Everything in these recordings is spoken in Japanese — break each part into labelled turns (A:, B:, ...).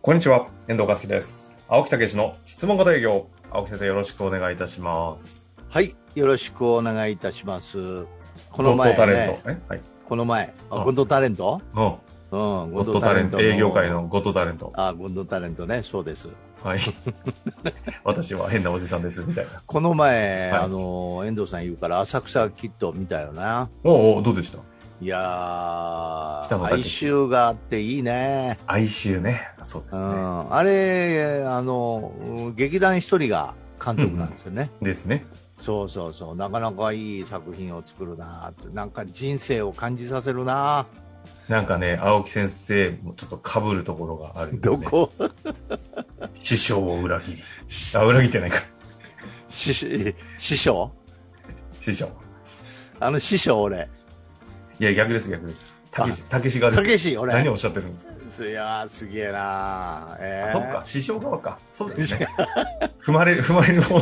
A: こんにちは、遠藤和樹です。青木武の質問型営業。青木先生、よろしくお願いいたします。
B: はい、よろしくお願いいたします。こ
A: こ
B: の前、ね、
A: タレント。えはい。
B: この前、
A: あ
B: あ、ゴンドタレント
A: うん。
B: うん、
A: ゴッドタレント。
B: の
A: 営業界。のゴッドタレント。
B: あ、ゴンドタレントね、そうです。
A: はい。私は変なおじさんです、みたいな。
B: この前、
A: はい
B: あの、遠藤さん言うから、浅草キット見たよな。
A: おうおうどうでした
B: いや
A: 北
B: ー、
A: 野
B: 哀
A: 武
B: 愁があっていいね。
A: 哀愁ね。そうで
B: う
A: すね。
B: ん、あれ、あの、うん劇団一人が監督なんですよね。
A: ですね。
B: そうそうそう、なかなかいい作品を作るなーって、なんか人生を感じさせるなー
A: なんかね、青木先生もちょっと被るところがある、ね。
B: どこ
A: 師匠を裏切り。あ、裏切ってないか。
B: 師師師匠
A: 師匠。
B: あの師匠俺。
A: いや、逆です、逆です。たけし、たけしが
B: た
A: です。
B: けし俺。
A: 何をおっしゃってるんですか
B: いやーすげえなー、え
A: あ
B: ー
A: そっか、師匠側か。そうですね。 踏まれる、踏まれる方。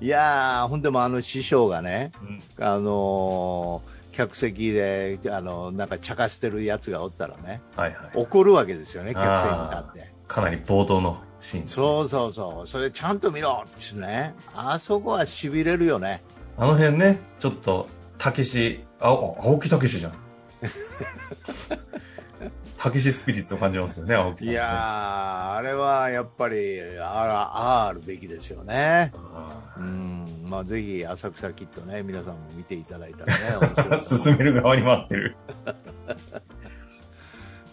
B: いやーほんでもあの師匠がね、
A: うん
B: あのー客席で、あのーなんか茶化してるやつがおったらね、
A: はいはい。
B: 怒るわけですよね、客席に立
A: あー
B: って。
A: かなり冒頭のシーンですね、
B: そうそうそう。それちゃんと見ろってね。あそこは痺れるよね。
A: あの辺ね、ちょっと、たけし、あ、あ青木たけし じゃん。たけしスピリッツを感じますよね、青木さん、
B: い
A: ね。
B: やーあれはやっぱり、あら、ああるべきですよね。
A: あ
B: うんまあ、ぜひ浅草キッドね、皆さんも見ていただいたらね、面白い
A: ー
B: と思う
A: 進める側に回ってる。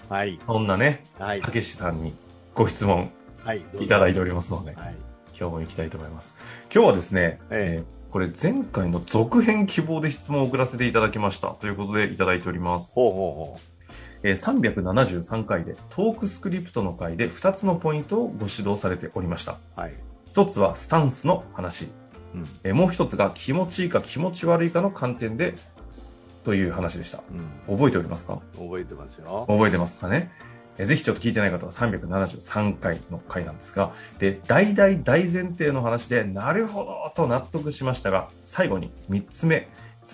B: はい、
A: そんなね、
B: はい
A: た、けしさんにご質問
B: はい、どうぞ
A: いただいておりますので、
B: はい、
A: 今日も行きたいと思います。今日はですね、
B: え
A: えーこれ前回の続編希望で質問を送らせていただきましたということでいただいております。
B: ほうほ
A: えー373回でトークスクリプトの回で2つのポイントをご指導されておりました。
B: うほう、はい、
A: 1つはスタンスの話、
B: うん、
A: えーもう1つが気持ちいいか気持ち悪いかの観点でという話でした。
B: うん、
A: 覚えておりますか
B: 覚えてますよ。
A: 覚えてますかね、えーぜひちょっと聞いてない方は373回の回なんですが、で、大大大前提の話で、なるほどと納得しましたが、最後に3つ目、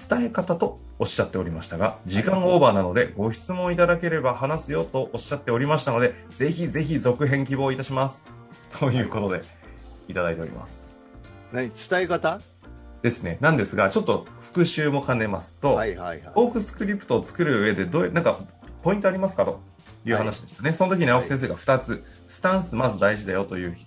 A: 伝え方とおっしゃっておりましたが、時間オーバーなのでご質問いただければ話すよとおっしゃっておりましたので、ぜひぜひ続編希望いたします。ということで、いただいております。
B: 何、伝え方
A: ですね。なんですが、ちょっと復習も兼ねますと、
B: はいはいはい。
A: トークスクリプトを作る上でどういなんかポイントありますかという話でしたね、その時に青木先生が2つ、スタンスまず大事だよという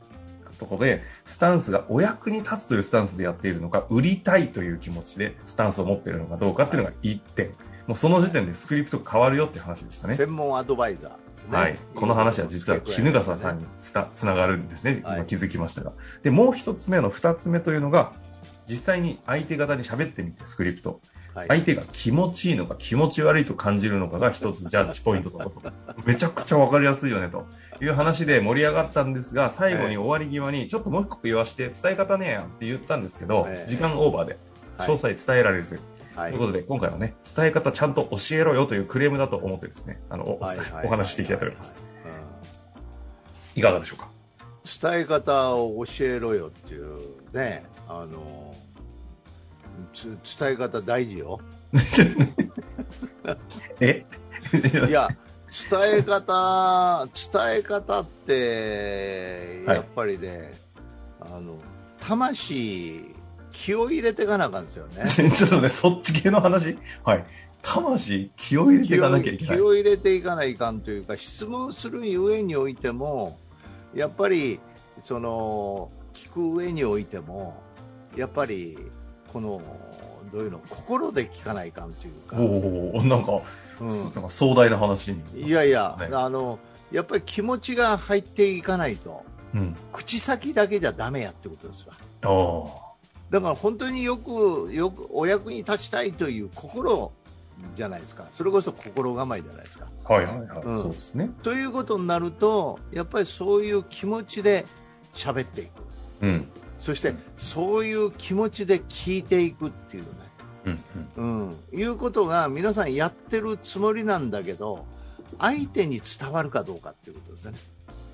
A: ところでスタンスがお役に立つというスタンスでやっているのか売りたいという気持ちでスタンスを持っているのかどうかっていうのが1点、もうその時点でスクリプトが変わるよっていう話でしたね。
B: 専門アドバイザー、ね
A: はい、この話は実は衣笠さん。
B: い
A: につたつながるんですね、
B: はい
A: 今気づきましたが。で、もう一つ目の二つ目というのが、実際に相手方に喋ってみて、スクリプト。
B: はい
A: 相手が気持ちいいのか気持ち悪いと感じるのかが一つジャッジポイントだと。めちゃくちゃわかりやすいよねという話で盛り上がったんですが、最後に終わり際にちょっともう一個言わして伝え方ねえやんって言ったんですけど
B: え、え
A: 時間オーバーで
B: はい
A: 詳細伝えられず。
B: はい
A: ということで、今回はね、伝え方ちゃんと教えろよというクレームだと思ってですね、あの、お
B: はいはいはい
A: お話ししていきたいと思います。
B: うん
A: いかがでしょうか
B: 伝え方を教えろよっていうね、あの、つ伝え方大事よ。
A: え
B: いや、伝え方、伝え方って、
A: はい。
B: やっぱりね、あの、魂、気を入れていかなあかんですよ ね
A: ちょっとね、そっち系の話はい。魂、 気を入れていかなきゃいけない
B: 気。を入れていかないかんというか、質問するゆえにおいても、やっぱり、その、聞く上においても、やっぱり、この、どういうの、心で聞かないかんというか、
A: おおなんか、
B: うん
A: なんか壮大な話に。
B: いやいや、
A: ね
B: あの、やっぱり気持ちが入っていかないと。
A: うん。
B: 口先だけじゃダメやってことですわ
A: ああ。
B: だから本当によくよくお役に立ちたいという心じゃないですかそれこそ心構えじゃないですか
A: はいはいはい、
B: うん
A: そうですね。
B: ということになるとやっぱりそういう気持ちで喋っていく
A: うん。
B: そしてそういう気持ちで聞いていくっていうね、
A: うん。
B: うん、いうことが皆さんやってるつもりなんだけど相手に伝わるかどうかっていうことですね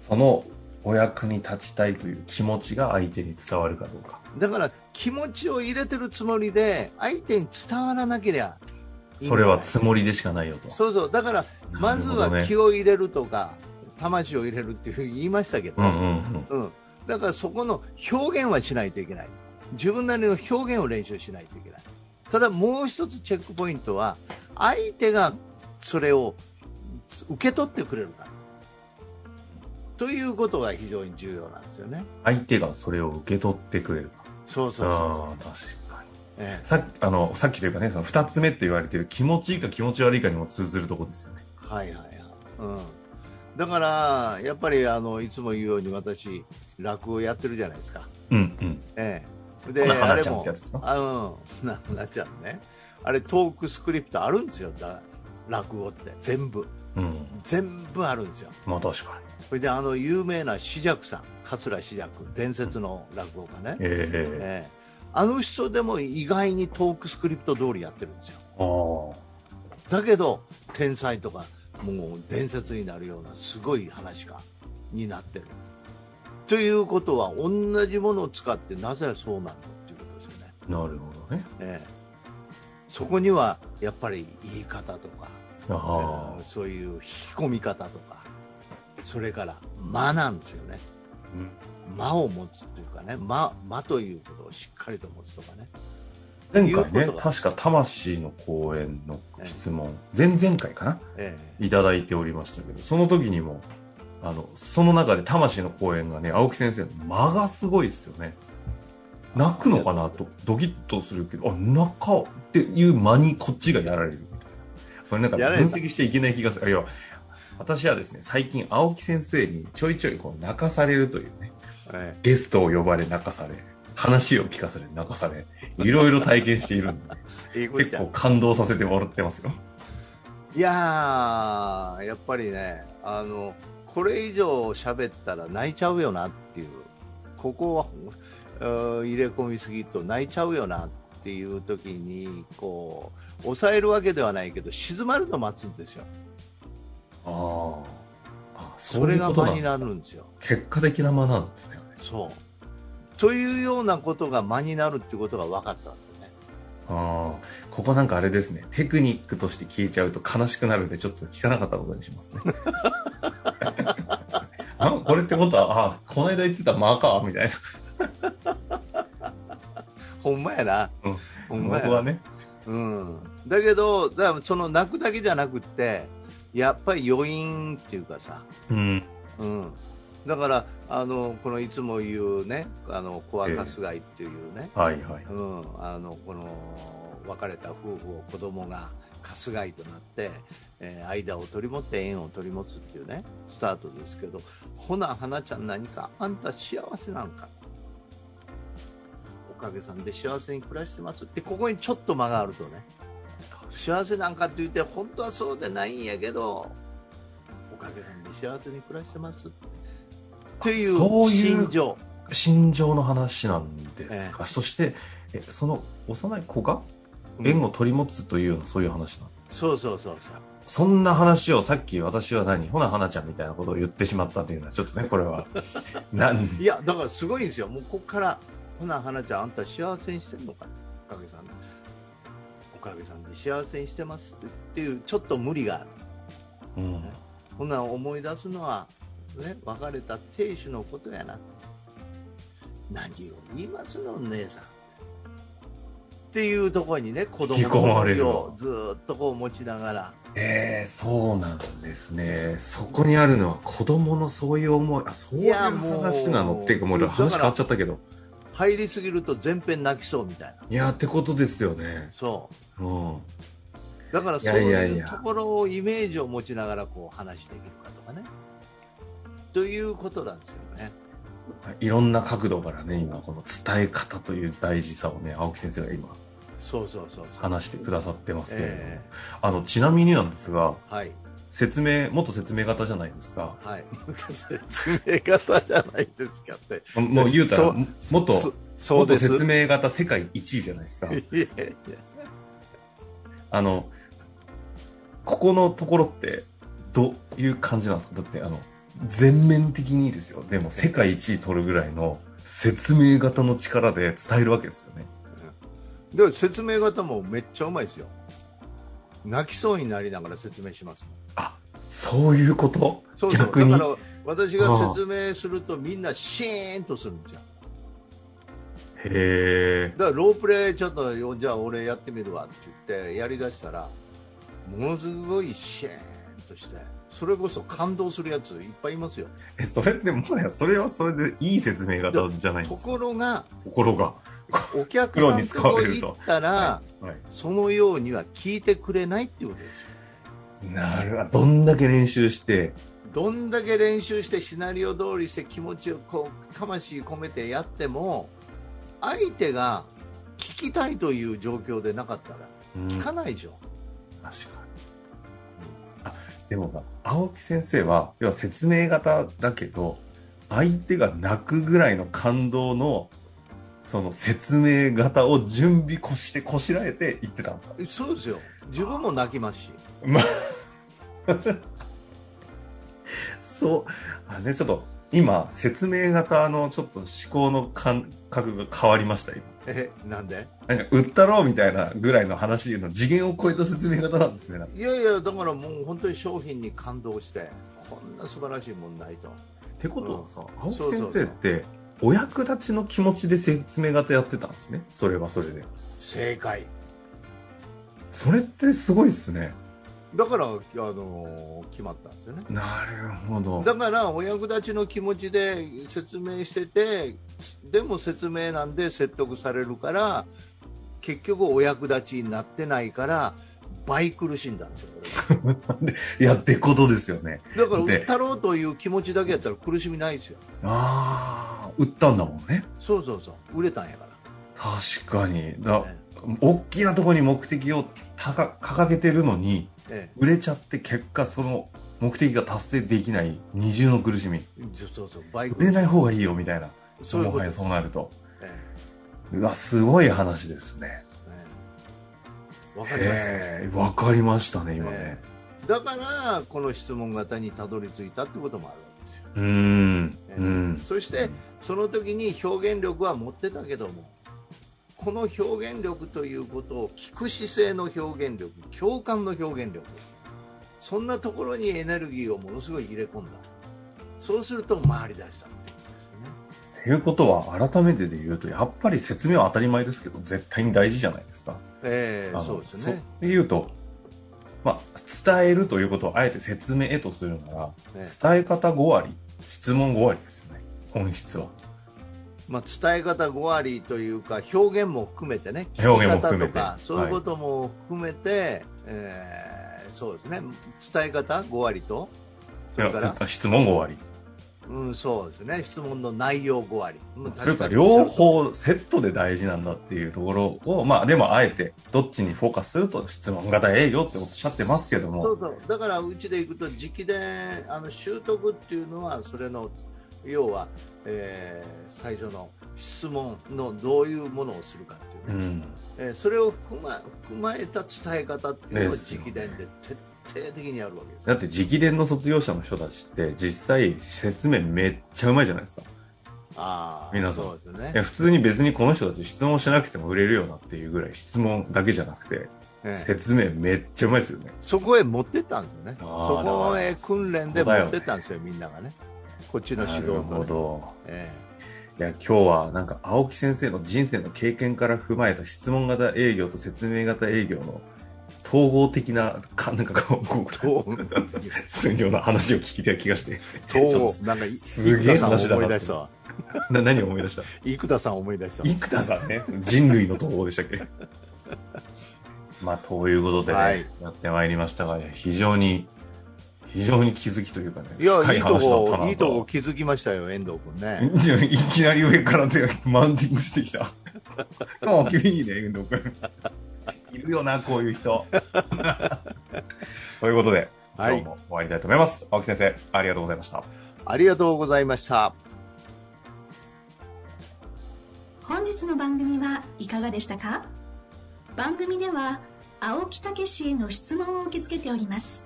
A: そのお役に立ちたいという気持ちが相手に伝わるかどうか。
B: だから気持ちを入れてるつもりで相手に伝わらなければいいんじゃない
A: それはつもりでしかないよと。
B: そうそう、だから、まずは
A: なるほどね
B: 気を入れるとか、魂を入れるっていうふうに言いましたけど、
A: うんうん
B: うん、だからそこの表現はしないといけない自分なりの表現を練習しないといけないただもう一つチェックポイントは相手がそれを受け取ってくれるかということが非常に重要なんですよね
A: 相手がそれを受け取ってくれる
B: そうそうそう
A: ああ確かに
B: ええ
A: さっきあのさっきというかねその2つ目って言われてる気持ちいいか気持ち悪いかにも通ずるとこですよね
B: はいはいはい、うん、だからやっぱりあのいつも言うように私落語やってるじゃないですか
A: うんうん
B: ええ、
A: こ
B: で
A: んな
B: あ
A: 花
B: れ
A: ちゃんっ
B: も
A: てやつですか
B: あうんななっちゃうねあれトークスクリプトあるんですよだ落語って全部
A: うん
B: 全部あるんですよ
A: まあ確かに
B: それであの有名な紫尺さん桂紫尺伝説の落語家ね、え
A: ええ
B: えあの人でも意外にトークスクリプト通りやってるんですよ
A: ああ
B: だけど天才とかもう伝説になるようなすごい話家になってるということは同じものを使ってなぜそうなるのっていうことですよね
A: なるほどね
B: ええ、そこにはやっぱり言い方とか、
A: あ
B: ええそういう引き込み方とかそれから間なんですよね
A: あ、
B: 間を持つというかね間間ということをしっかりと持つとかね
A: 前回
B: いう
A: ね
B: ことが
A: 確か魂の講演の質問前々回かな
B: ええ
A: いただいておりましたけどその時にもあのその中で魂の講演がね青木先生の間がすごいですよね泣くのかなとドキッとするけどあ泣かっていう間にこっちがやられるみたいなこれなんか
B: やられ
A: 分
B: た
A: 析しちゃいけない気がするいや私はですね最近青木先生にちょいちょいこう泣かされるというね
B: え
A: ゲストを呼ばれ泣かされ話を聞かされ泣かされいろいろ体験しているんで
B: えいいこと
A: 結
B: じゃん
A: 構感動させてもらってますよ
B: いやーやっぱりねあのこれ以上喋ったら泣いちゃうよなっていうここはえー入れ込みすぎると泣いちゃうよなっていう時にこう抑えるわけではないけど静まるの待つんですよ
A: ああ
B: それが
A: そういうことな
B: 間
A: ん
B: に
A: だ
B: なるんですよ
A: 結果的な間なんですね。
B: そうというようなことが間になるっていうことが分かったんですよね
A: ああ、ここなんかあれですね。テクニックとして聞いちゃうと悲しくなるんで、ちょっと聞かなかったことにし ますね。あこれってことは、あこの間言ってた間か、みたいな。
B: ほんまやな、
A: うん
B: ほんまや
A: 僕
B: な
A: はね。
B: うん、だけどだからその泣くだけじゃなくってやっぱり余韻っていうかさ、
A: うん。
B: うん、だからあのこのいつも言うねあの小若すがいっていうね、
A: はいはい。
B: うん、あのこの別れた夫婦を子供が春日井となって、えー間を取り持って縁を取り持つっていうねスタートですけどほな花ちゃん何かあんた幸せなんかおかげさんで幸せに暮らしてますってここにちょっと間があるとね幸せなんかって言って本当はそうでないんやけどおかげさんで幸せに暮らしてますっていう
A: そういう
B: 心情
A: 心情の話なんですか。そして、えその幼い子が縁を取り持つというような、そういう話なん
B: そうそうそうそう
A: そんな話をさっき私は何ほな、花ちゃんみたいなことを言ってしまったというのは、ちょっとね、これ は。なん
B: いやだからすごいんですよ、もうここから、ほな、花ちゃん、あんた幸せにしてんのか、おかげさんで、おかげさんで幸せにしてますっていう、ちょっと無理がある、
A: うん
B: ほな、思い出すのは、ね、別れた亭主のことやな、何を言いますの、姉さん。っていうところにね、子供
A: 引き込
B: の
A: まれる
B: をずーっとこう持ちながら、
A: えー、そうなんですね。そこにあるのは子供のそういう思い、あ、そう
B: い
A: いう
B: やもう
A: 話なのっていうか、もう
B: だから
A: 話変わっちゃったけど。
B: 入りすぎると全編泣きそうみたいな、
A: いや、ってことですよね。
B: そう。
A: うん。
B: だから
A: い
B: そう
A: やいやい
B: い
A: や
B: うところをイメージを持ちながらこう話できるかとかね。ということなんですよね。
A: いろんな角度からね、今、この伝え方という大事さをね、青木先生が今、
B: そうそうそうそう。
A: 話してくださってますけれども。
B: え
A: あの、ちなみになんですが、
B: えはい
A: 説明、元説明型じゃないですか。
B: はい。 説明方じゃないですかって。
A: もう言うた
B: そ
A: ら、
B: う
A: も元、
B: そそう
A: 元
B: です。
A: 説明型世界一位じゃないですか。
B: いやいや
A: あの、ここのところって、どういう感じなんですかだって、あの、全面的にですよ。でも、世界一位取るぐらいの説明型の力で伝えるわけですよね。
B: でも説明方もめっちゃうまいですよ。泣きそうになりながら説明しますもん。
A: あ、そういうこと
B: そうそう
A: 逆に
B: だから私が説明するとみんなシーンとするんですよ
A: へえ。
B: だからロープレイちょっとよじゃあ俺やってみるわって言ってやりだしたらものすごいシェーンとしてそれこそ感動するやついっぱいいますよ
A: え、それってもはや、それはそれでいい説明方じゃないん
B: と
A: ですか。
B: ころが
A: ところが。
B: お客さ
A: プロ
B: ん
A: に
B: と
A: 使わ
B: こ
A: れると
B: 行ったら、
A: はい。
B: そのようには聞いてくれないっていうことですよ
A: なるほど。どんだけ練習して、
B: どんだけ練習してシナリオ通りして気持ちをこう魂込めてやっても相手が聞きたいという状況でなかったら
A: うん
B: 聞
A: 確
B: かないでしょ、
A: かに。あ、でもさ、青木先生は、要は説明型だけど、相手が泣くぐらいの感動の、その説明型を準備こして、こしらえて言ってたんですか
B: そうですよ自分も泣きますし
A: まあ、そう、あね、ちょっと今、説明型のちょっと思考の感覚が変わりました、今。
B: えなんで
A: なんか、売ったろうみたいなぐらいの話の次元を超えた説明型なんですね。なんか
B: いやいやだからもう本当に商品に感動してこんな素晴らしいもんないと
A: ってことはさ、青木
B: そうそ
A: 先
B: う
A: 生って、お役立ちの気持ちで説明型やってたんですね。それはそれで。
B: 正解
A: それってすごいですね。
B: だからあの決まったんですよね
A: なるほど。
B: だからお役立ちの気持ちで説明しててでも説明なんで説得されるから結局お役立ちになってないから倍苦しんだんですよ俺
A: いや、ってことですよね。
B: だから
A: で
B: 売ったろうという気持ちだけやったら苦しみないですよ
A: ああ、売ったんだもんね。
B: そうそうそう売れたんやから
A: 確かに。だ
B: え
A: 大きなところに目的を高掲げてるのに
B: え
A: 売れちゃって結果その目的が達成できない二重の苦しみ
B: えそうそうそう倍
A: 売れない方がいいよみたいな
B: そういう
A: も
B: こ
A: は
B: と
A: や
B: です
A: そうなると
B: え
A: うわすごい話ですね
B: えええわかりました
A: へえ分かりましたね今ね
B: えだからこの質問型にたどり着いたってこともあるわけですよ
A: うーん
B: ええ
A: うん
B: そしてその時に表現力は持ってたけどもこの表現力ということを聞く姿勢の表現力共感の表現力そんなところにエネルギーをものすごい入れ込んだそうすると回りだしたっていうことですね
A: っていうことは改めてで言うとやっぱり説明は当たり前ですけど絶対に大事じゃないですか
B: ええ
A: あの
B: そうですね、
A: で言うと、まあ、伝えるということをあえて説明へとするなら、
B: え
A: 伝え方5割、質問5割ですよね。本質は。
B: まあ、伝え方5割というか表現も含めてね聞き
A: 表現も
B: 方
A: 含め
B: と
A: て
B: かそうい
A: は
B: う
A: い
B: ことも含めて、えーそうですね伝え方5割とそれから
A: いや質問5割。
B: うん、そうですね質問の内容5割、まあ
A: それから両方セットで大事なんだっていうところを、まあでもあえてどっちにフォーカスすると質問型営業っておっしゃってますけど
B: そ
A: も、
B: うそうだからうちで行くと時期であの習得っていうのはそれの要は、えー最初の質問のどういうものをするかっていう
A: う
B: ね、
A: ん。
B: えーそれを含ま踏まえた伝え方っていうのを
A: です
B: 時
A: よね
B: 期伝で徹底的にやるわけです
A: だっ
B: よ
A: て直伝の卒業者の人たちって実際説明めっちゃうまいじゃないですか。
B: あー
A: 皆さん
B: そうです
A: いや
B: ね、
A: 普通に別にこの人たち質問しなくても売れるよなっていうぐらい質問だけじゃなくて、
B: ええ
A: 説明めっちゃうまいですよね。
B: そこへ持ってったんですよねそ
A: あー
B: こへ訓練で
A: そこ
B: 持
A: だよ
B: ってったんですよみんながねこっちの
A: な
B: 指
A: る
B: 導
A: ほ
B: とね、
A: ど。
B: ええ
A: いや、今日はなんか青木先生の人生の経験から踏まえた質問型営業と説明型営業の統合的な、かなんかこう、こ う、
B: と
A: すような話を聞いた気がして。ちょっ
B: なんか、
A: すげえ
B: 生田さん
A: 話だな
B: 思い出したわ。
A: とな何を思い出した
B: 生田さん思い出したわ。
A: 生田さんね。人類の統合でしたっ けまあ、ということで、ね
B: はい
A: やってまいりましたが、いや非常に、非常に気づきというかね、
B: いや、
A: 深
B: い
A: い
B: いと
A: 話だったな
B: こ、いいとこ気づきましたよ、遠藤君ね。
A: いきなり上から手がマウンティングしてきた。もう君いいね、運動会。いるよな、こういう 人。ということで、
B: は
A: 今
B: い
A: 日も終わりたいと思います。青木先生、ありがとうございました。
B: ありがとうございました。
C: 本日の番組はいかがでしたか番組では青木武氏への質問を受け付けております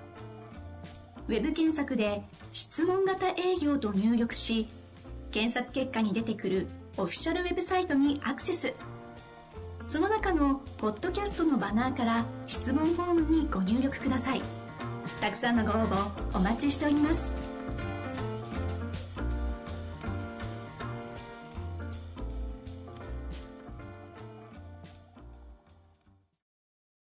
C: ウェブ検索で「質問型営業」と入力し検索結果に出てくるオフィシャルウェブサイトにアクセスその中のポッドキャストのバナーから質問フォームにご入力くださいたくさんのご応募お待ちしております